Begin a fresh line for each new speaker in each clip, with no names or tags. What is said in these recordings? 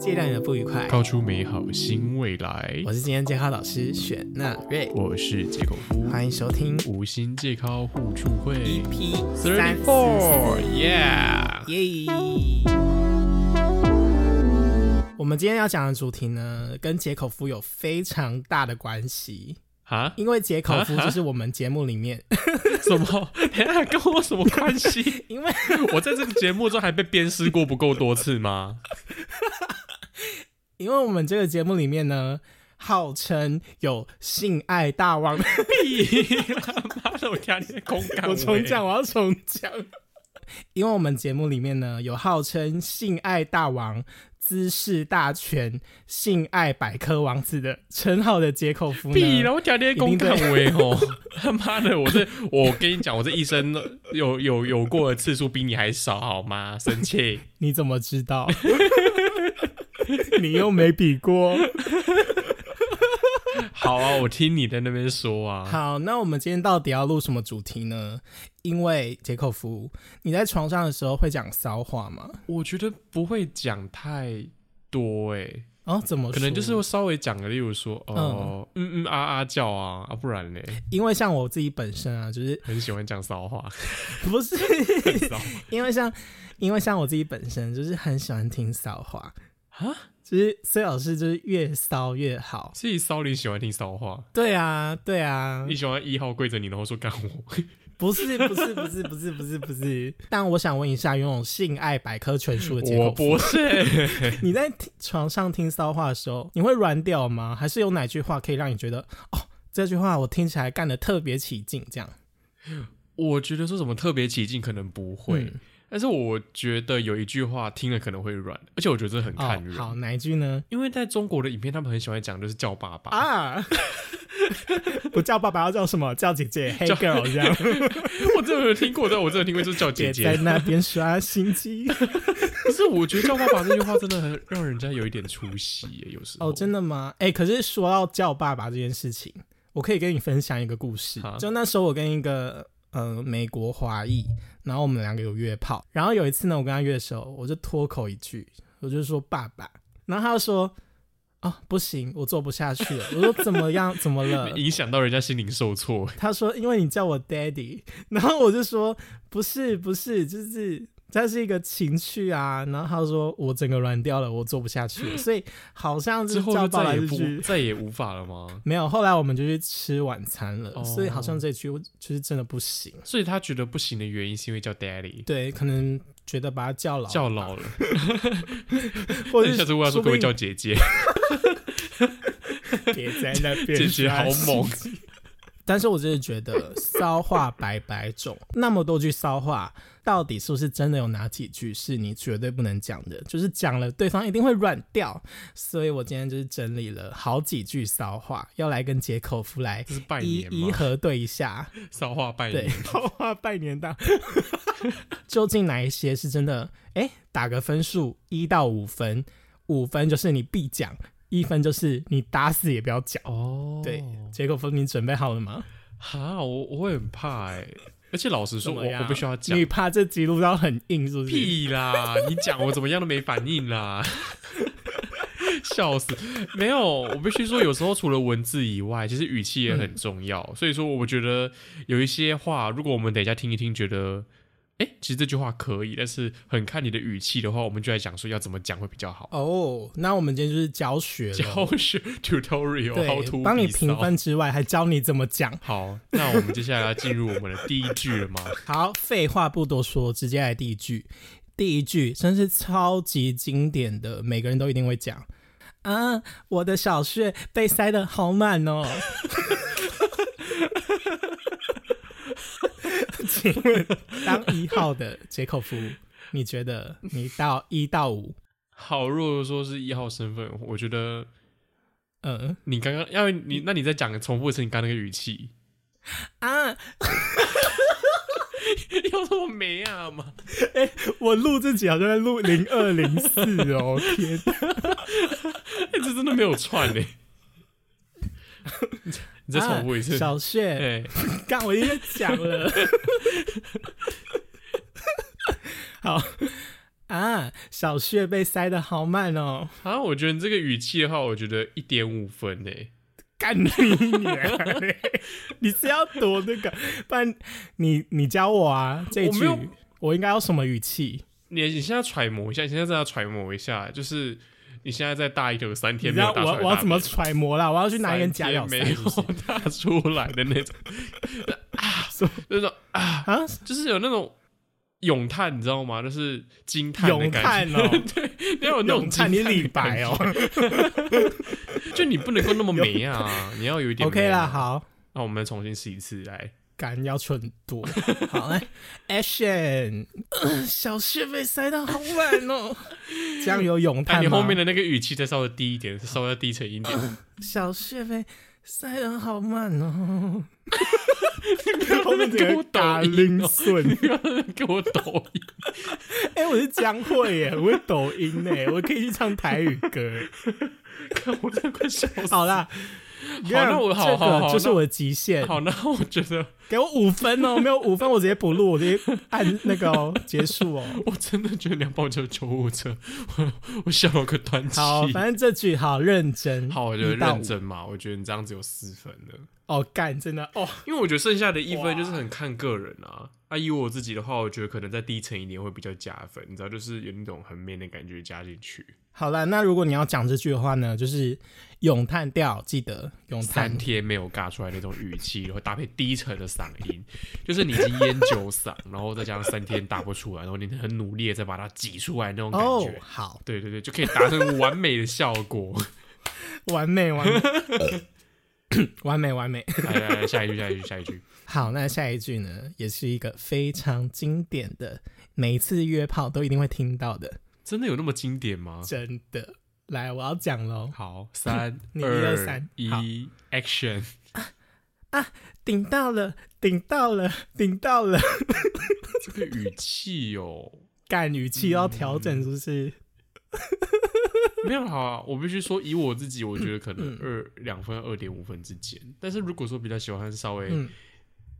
戒掉你的不愉快。
高出美好新未来。
我是今天监考老师雪纳瑞，
我是杰口夫，
欢迎收听
无心戒靠互助会
EP
34
三
yeah。
耶！我们今天要讲的主题呢，跟解口夫有非常大的关系，
啊？
因为解口夫就是我们节目里面，？
什么？ 等一下跟我什么关系
因为
我在这个节目中还被鞭尸过不够多次吗？
因为我们这个节目里面呢，号称有性爱大王，
屁啦！妈的，我听你在公干
我重讲，
喂。
我要重讲， 因为我们节目里面呢，有号称性爱大王。姿势大全、性爱百科王子的称号的解口夫 呢，
屁啦！我听你在公干喂吼！他妈的，我这我跟你讲，我这一生有有有过的次数比你还少，好吗？生 气。
你怎么知 道？你又没比过。
好啊，我听你在那边说啊。
好，那我们今天到底要录什么主题呢？因为杰克夫，你在床上的时候会讲骚话吗？
我觉得不会讲太多诶、
哦，怎么说？
可能就是稍微讲个，例如说哦，嗯嗯啊啊叫啊啊，不然嘞，
因为像我自己本身啊，就是
很喜欢讲骚话，
不是
很骚
因为像因为像我自己本身就是很喜欢听骚话，
啊，
就是崔老师就是越骚越好。
所以骚你喜欢听骚话，
对啊，对啊，
你喜欢一号跪着你，然后说干我，
不是不是不是不是不是不是。但我想问一下，拥有性爱百科全书的杰
我
克夫
不 是，
你在听床上听骚话的时候，你会软屌吗？还是有哪句话可以让你觉得哦，这句话我听起来干得特别起劲？这样
我觉得说什么特别起劲可能不会，
嗯
但是我觉得有一句话听了可能会软，而且我觉得这很看
哦，
人，
好，哪一句呢？
因为在中国的影片他们很喜欢讲就是叫爸爸，
啊， 不叫爸爸要叫什么？叫姐姐，Hey
叫
girl，这样
我真的没有听过，但我真的听过就是叫姐
别在
姐。
那边刷心 机。
可是我觉得叫爸爸这句话真的很让人家有一点出息耶，有时候。
哦，真的吗？哎、可是说到叫爸爸这件事情，我可以跟你分享一个故事
好。
就那时候我跟一个呃美国华裔，然后我们两个有约炮，然后有一次呢，我跟他约的时候，我就脱口一句，我就说爸爸，然后他就说。哦，不行，我做不下去了。我说怎么样？怎么 了？
影响到人家心灵受挫。
他说因为你叫我 daddy，然后我就说不是不是，就是这是一个情趣啊。然后他说我整个软掉了，我做不下去了，所以好像
之
是
后
叫
就
爸爸
再也
这
不
句
再也无法了吗？
没有，后来我们就去吃晚餐了，
哦
所以好像这句我就是真的不行。
所以他觉得不行的原因是因为叫 daddy
对，可能觉得把他叫老，
叫老了，
哦或者
下次问他说可不可以叫姐姐？
别在那边，
姐姐好猛。
但是我真的觉得骚话百百种，那么多句骚话，到底是不是真的有哪几句是你绝对不能讲的？就是讲了对方一定会软掉。所以我今天就是整理了好几句骚话，要来跟杰口夫来
这是拜
一
年
一
吗？
核对一下。
骚话拜
对
年。，
桃花拜年档， 究竟哪一些是真的？哎，打个分数，一到五分，五分就是你必讲，一分就是你打死也不要讲。
哦，
对，结果分你准备好了吗？
哈，我我会很怕哎、而且老实说，
怎
我
么样
我必须要讲
你怕这集录到很硬是不是？
屁啦！你讲我怎么样都没反应啦， 笑死！没有，我必须说，有时候除了文字以外，其实语气也很重要。
嗯
所以说，我觉得有一些话，如果我们等一下听一听，觉得哎、诶其实这句话可以，但是很看你的语气的话，我们就来讲说要怎么讲会比较好。
哦，那我们今天就是教学了，
教学 tutorial how
对，
to
帮你
be
评
soft
分之外，还教你怎么讲。
好，那我们接下来要进入我们的第一句了吗？
好，废话不多说，直接来第一句。第一句真是超级经典的，每个人都一定会讲。啊，我的小穴被塞得好满哦。请问，当一号的杰口夫，你觉得你到一到五，
好，如果说是一号身份，我觉得
嗯
你刚刚，要你那你再讲重复一次你刚刚那个 语气，
啊，
有什么没啊嘛？
我录自己好像在录零二零四哦，天
哎、这真的没有串呢、 你再重复一次
啊。小穴
哎、
刚我已 经讲了。好啊，小穴被塞的好慢哦，
啊，我觉得你这个语气的话，我觉得一点五分呢。
干你娘嘞！ 你是要躲那个？不然你你教我啊，这一
我
句
没有
我应该要什么语气？
你你现在揣摩一下，你现在在揣摩一下，就是你现在在大一有三
你
天
知
没
道
有大
我
出来
我要怎么
去
揣摩啦？我要去拿一根假
天
药
没
塞
有
是不是
大出来的那种啊，
什么
那种
啊？
就是有那种咏叹，你知道吗？就是惊叹的
咏
感
叹
觉。
哦
对，你要 有那种
咏叹
惊
你
叹的
李白哦
感觉， 就你不能够那么 美啊，你要有一点
，OK
美
啦，
啊。
好，
那我们重新试一次来。
干要求很 多。好来，Action，、呃 小穴被塞到好慢 哦，这样有咏
但
叹
哎你
吗？
后面的那个语气再稍微低一点，稍微要低沉一点。
小穴被塞的好慢 哦。后
后
面这
面这
个
个
打
打
零
零
顺，
给我抖音，
哎、我是江慧耶，我会抖音耶，我可以去唱台语歌。
看我真的快笑 死。
好，啦，好
那我好好好
就是
那
我的极限，
好，那我觉得
给我五分哦，没有五分我直接不录，我直接按那个、哦、结束 哦。
我真的觉得你要帮我叫救护车， 我我笑了个断气。
好，反正这句好认真，
好，我觉
一
得
到五
认真嘛，我觉得你这样只有四分了，
哦，干真的哦，
因为我觉得剩下的一分就是很看个人啊。啊，以我自己的话，我觉得可能再低层一点会比较加分，你知道，就是有那种很面的感觉加进去。
好啦，那如果你要讲这句的话呢，就是咏叹调，记得咏叹
三。天没有尬出来那种语气，然后搭配低沉的嗓音， 就是你已经烟酒嗓，然后再加上三天打不出来，然后你很努力的再把它挤出来那种感
哦
觉，。
好，
对对对，就可以达成完美的效 果。
完美，完美， 完美，完美。
来来来，哎下一句，下一句，下一句。
好，那下一句呢，也是一个非常经典的，每一次约炮都一定会听到的，
真的有那么经典吗？
真的。来，我要讲喽。
好，三
你一二
二
三好
一，Action！
顶到了，顶到了，顶到了，
这个语气哦，
干语气要调整，是不是？
没有啦，我必须说，以我自己，我觉得可
嗯
能二两分、二点五分之间。但是如果说比较喜欢稍微、
嗯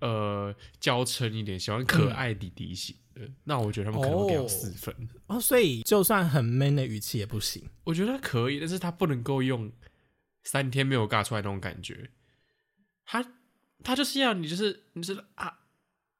呃娇嗔一点，喜欢可爱弟弟型的，那我觉得他们可能会给到四分。
哦，所以就算很 man 的语气也不行。
我觉得他可以，但是他不能够用三天没有尬出来那种感觉。他他就是要你就是你就是啊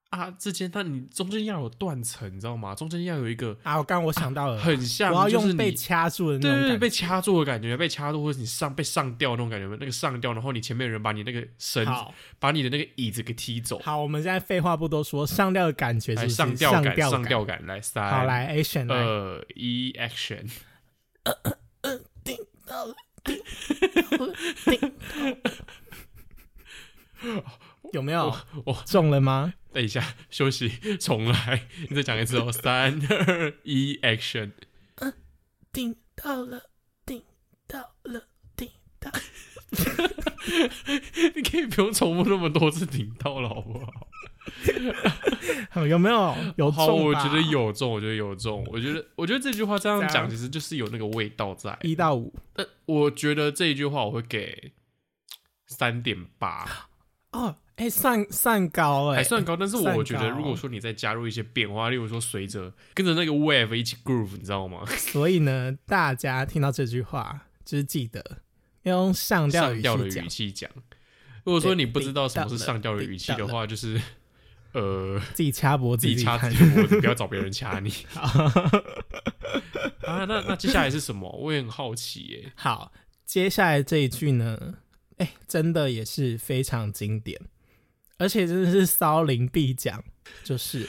啊之间，但你中间要有断层，你知道吗？中间要有一个
啊，我刚我想到了，
很
我
像，
要
就是
用
你
被掐住的那
对
种
对对
感
被
觉。
掐住的感觉，被掐住或者你上被上吊那种感觉，那个上吊，然后你前面有人把你那个绳子
好
把你的那个椅子给踢走，
好，我们现在废话不多说，上吊的感觉是
来
不是
哎上吊感
吊
上
感。
吊感，来三
好，来，action 来，
二一 action，
有没有
呃我
中了吗？
等一下，休息，重来，你再讲一次哦，三二一，action！
顶到了，顶到了，顶到。
你可以不用重复那么多次，顶到了好不好？
好，有没有有
好，
中
我
吧
觉得有中，我觉得有中，我觉得，我觉得这句话这样
这样
讲其实就是有那个味道在。
一到五
但我觉得这一句话我会给三点八，
哦，哎、算算高哎、
还算高，但是
算高哦
我觉得如果说你再加入一些变化，例如说随着跟着那个 wave 一起 groove，你知道吗？
所以呢，大家听到这句话就是记得要用上吊
上
语
吊的
气讲
语，气讲。如果说你不知道什么是
顶到了
上吊的语气的
顶
话，就是 呃，
自己掐脖子
自己掐
看
自。己的脖子，不要找别人掐你。 啊，那那接下来是什么？我也很好奇耶。
好，接下来这一句呢，哎、真的也是非常经典，而且真的是骚灵必讲， 就是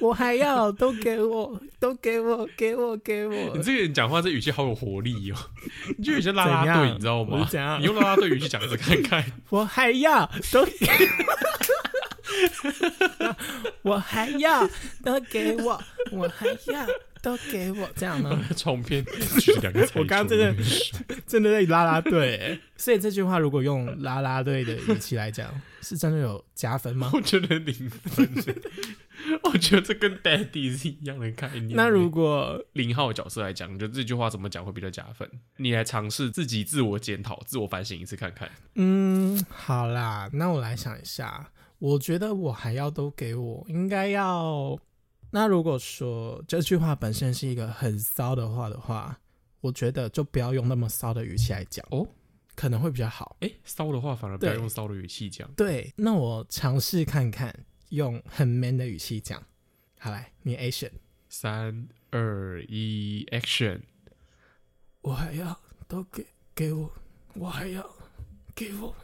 我还要都给 我，都给我，给我，给我
你。这个人讲话这语气好有活力哦， 你就有些拉
怎
拉
样
队，你知道
我
吗
是怎？样
你用拉拉队语气讲一次看 看。
我还要都给，我还要都给我，我还要都给我，这样吗？
床边举两个菜
我刚刚真的 真的在拉拉队欸， 所以这句话如果用拉拉队的语气来讲，是真的有加分吗？
我觉得零分 耶。我觉得这跟 daddy 是一样的概念。
那如果
零号角色来讲，你觉得这句话怎么讲会比较加分？你来尝试自己自我检讨、自我反省一次看看。
嗯，好啦，那我来想一下，我觉得我还要都给我，应该要那如果说这句话本身是一个很骚的话的话，我觉得就不要用那么骚的语气来讲
哦，
可能会比较好。
哎，骚的话反而不要
对
用骚的语气讲。
对，那我尝试看看用很 man 的语气讲。好来，你 Asian，
三二一，Action！
我还要都给给我，我还要给我，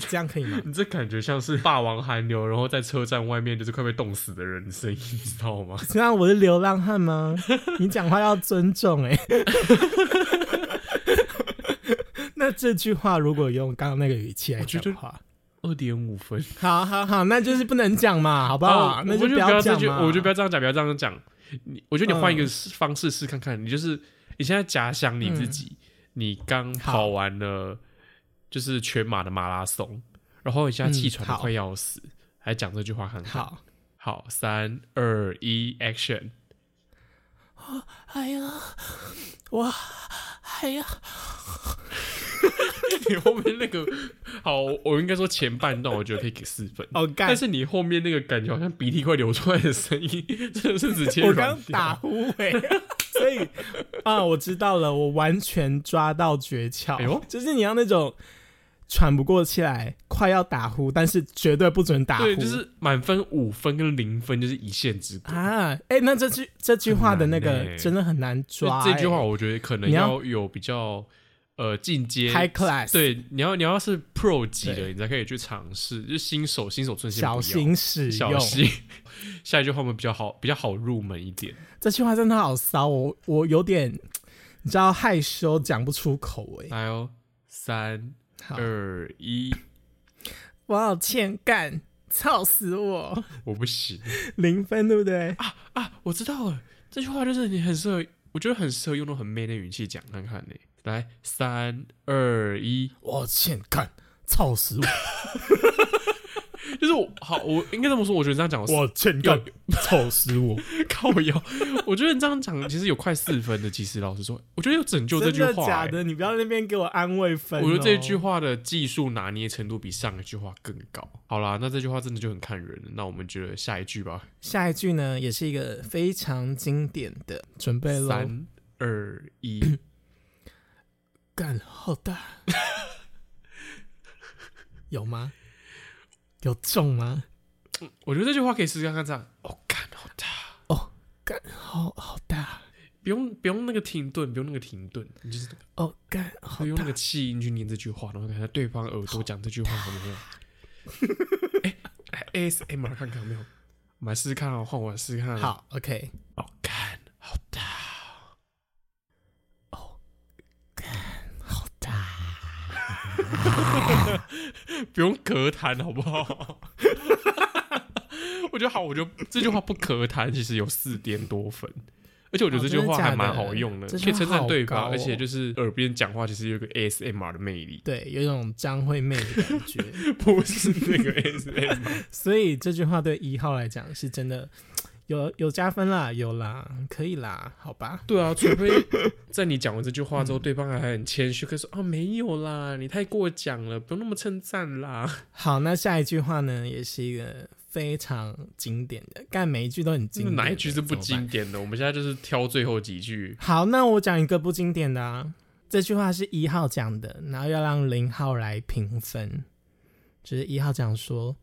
这样可以吗？
你这感觉像是霸王寒流，然后在车站外面就是快被冻死的人的声音，你知道吗？
这样我是流浪汉 吗？你讲话要尊重哎、 那这句话如果用刚刚那个语气来
我觉
讲
得
的话，
二点五分，
好好好，那就是不能讲嘛，好不
啊
好？
我
那
我觉得不
要
这
讲
句，
嘛。嗯
我觉得不要这样讲，不要这样讲。你，我觉得你换一个试方式试看看，你就是你现在假想你自己，你刚
嗯
跑
好
完了就是全马的马拉松，然后你现在气
嗯
喘的
好
快要死，还讲这句话看看。
好。
好，三二一，Action！
哎呀，我哎呀，
你后面那个好，我应该说前半段我觉得可以给四分。
好哦干
但！是你后面那个感觉好像鼻涕快流出来的声音， 真的是直接
我
软
刚
掉
打呼哎、 所以啊，我知道了，我完全抓到诀窍。
哎呦
就是你要那种喘不过气来，快要打呼，但是绝对不准打呼。
对，就是满分五分跟零分就是一线之隔。
啊，哎、那这句这句话的那
很难
个
欸
真的很难
所以
抓、
这句话，我觉得可能
你
要
要
有比较呃进阶
欸 high class，，
对，你要你要是 pro 级的，
对
你才可以去尝试。就新手新手最先不
小
要
心使
小
用。
心。 下一句话我们比较好比较好入门一点。
这句话真的好骚，我我有点你知道害羞讲不出口哎、
来哦，三
好，
二一，
我好欠干，操死我，
我不行。
零分对不对？
啊，我知道了，这句话就是你很适合，我觉得很适合用那种很 man 的语气讲看看呢、来，三二一，
我欠干，操死我，
就是我好，我应该这么说，我觉得这样讲有四，
我欠
干，
操死我，
靠腰，我觉得你这样讲其实有快四分的。其实老实说，我 觉得有拯救这
真
句
的
话、
假
欸
的？你不要在那边给我安慰分、哦
我觉得这句。话的技术拿捏程度比上一句话更高。好啦，那这句话真的就很看人了。那我们觉得下一句吧，
下一句呢，也是一个非常经典的，准备喽。
三二一，
干好大， 有吗？有中吗？
我觉得这句话可以试试看看这样。哦，干好大，
干好好大，
不用不用那个停顿，不用那个停顿，你就是
哦干好
就用那
大
个，气音去念这句话，然后看看对方耳朵讲这句话有没有。哎、来 ASMR 看看有没有，我们来试试看哦，换我来试试看。，
好 OK，
哦，干，好大，哦
好大，
不用咳痰好不好？ 我觉得好，我觉得这句话不咳痰，其实有四点多分。而且我觉得这句话还蛮好用
哦
的，
哦真的假的
可以称赞对
这句话
方，
好高哦
而且就是耳边讲话，其实有一个 ASMR 的魅力，
对，有一种张惠妹的感觉，
不是那个 ASMR。
所以这句话对一号来讲是真的有有加分啦，有啦，可以啦，好吧。
对 啊，除非在你讲完这句话之后，对方还很谦虚，可以说啊没有啦，你太过奖了，不用那么称赞 啦。
好，那下一句话呢，也是一个非常经典的，干每一句都很经
这
典的，
哪一句是
怎么
不
办
经典的？我们现在就是挑最后几句。
好，那我讲一个不经典的啊，这句话是一号讲的，然后要让零号来评分，就是一号讲说，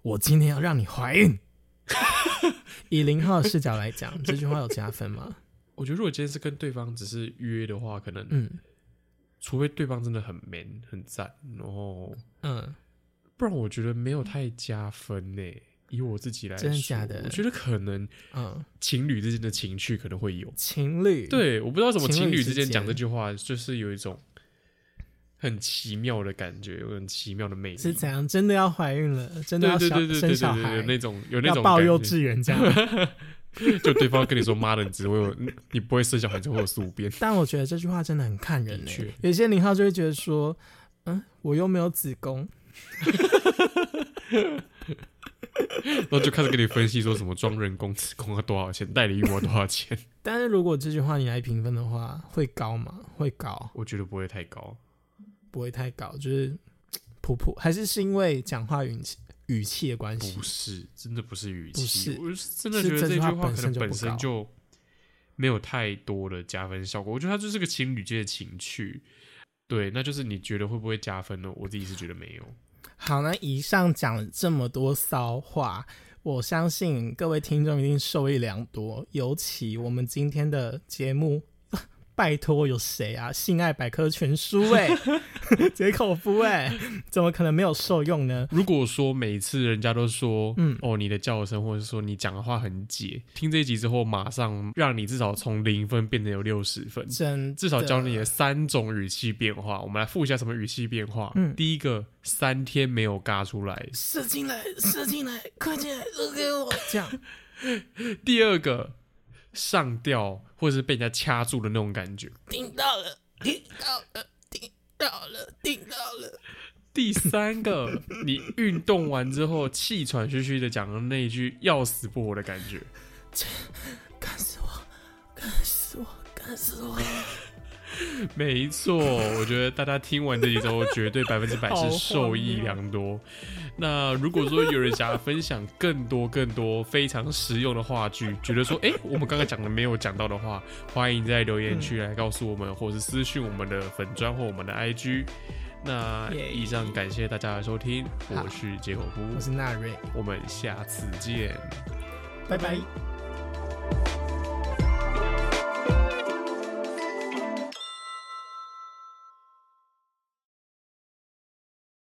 我今天要让你怀孕。 以零号的视角来讲，这句话有加分吗？
我觉得如果今天是跟对方只是约的话，可能、
嗯
除非对方真的很 man 很赞，然后
嗯，
不然我觉得没有太加分呢、欸以我自己来说，
真的假的
我觉得可能
嗯，
情侣之间的情趣可能会有。
情侣，
对，我不知道为什么情
情侣
侣之
之
间
间
讲这句话，就是有一种很奇妙的感觉，有很奇妙的魅力。
是怎样？真的要怀孕了，真的
对
要
对
小
对对对对
生小
对，有
孩，
那种有那
要
种
抱
感
幼
觉
稚园这样。
就对方跟你说妈的，你只会有你不会生小孩，就会有宿便。
但我觉得这句话真的很看人
的
呢、
确
有些零号就会觉得说，嗯，我又没有子宫，
然后就开始跟你分析说什么装人工 子宫要多少钱，代理孕要多少钱。
但是如果这句话你来评分的话，会高吗？会高，
我觉得不会太高，
不会太高，就是普普，还是是因为讲话语气语气的关系
不。是，真的不是语
不
气，
是
我是真的
是
觉得
这
这
句
句
话
话
本
可
身
能
就
本
不
身
高
就没有太多的加分效果。我觉得它就是个情侣间的情趣，对，那就是你觉得会不会加分呢？我自己是觉得没有。
好，那以上讲了这么多骚话，我相信各位听众一定受益良多。尤其我们今天的节目， 拜托有谁啊？性爱百科全书 哎、解口服哎、怎么可能没有受用呢？
如果说每一次人家都说，
嗯
嗯，哦，你的叫声或者是说你讲的话很解，听这一集之后，马上让你至少从零分变成有六十分，
真的
至少教你的三种语气变化。我们来复一下什么语气变化。
嗯
第一个，三天没有嘎出来；
射进来，射进来，快进来，射给我！这样
第二个，上吊或者是被人家掐住的那种感觉；
听到了，听到了，听到了，听到了。
第三个，你运动完之后气喘吁吁的讲的那一句“要死不活”的感觉。
干死我！干死我！干死我！
没错，我觉得大家听完这集之后，绝对百分之百是受益良多。那如果说有人想要分享更多更多非常实用的话剧，觉得说，哎、我们刚刚讲的没有讲到的话，欢迎在留言区来告诉我们，或是私讯我们的粉砖或我们的 IG。那以上感谢大家的收听，我是杰口夫
我，是纳瑞，
我们下次见。
拜拜